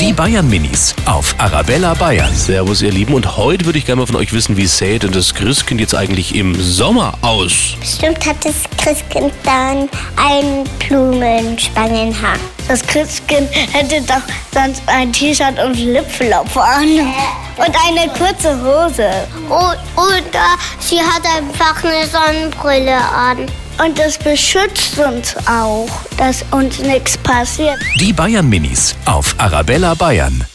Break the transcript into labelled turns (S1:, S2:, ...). S1: Die Bayern Minis auf Arabella Bayern.
S2: Servus, ihr Lieben. Und heute würde ich gerne mal von euch wissen, wie sähe denn das Christkind jetzt eigentlich im Sommer aus?
S3: Bestimmt hat das Christkind dann einen Blumenspangenhaar.
S4: Das Christkind hätte doch sonst ein T-Shirt und Lipflopper an. Und eine kurze Hose.
S3: Oh, Und, oder sie hat einfach eine Sonnenbrille an.
S4: Und das beschützt uns auch, dass uns nichts passiert.
S1: Die Bayern Minis auf Arabella Bayern.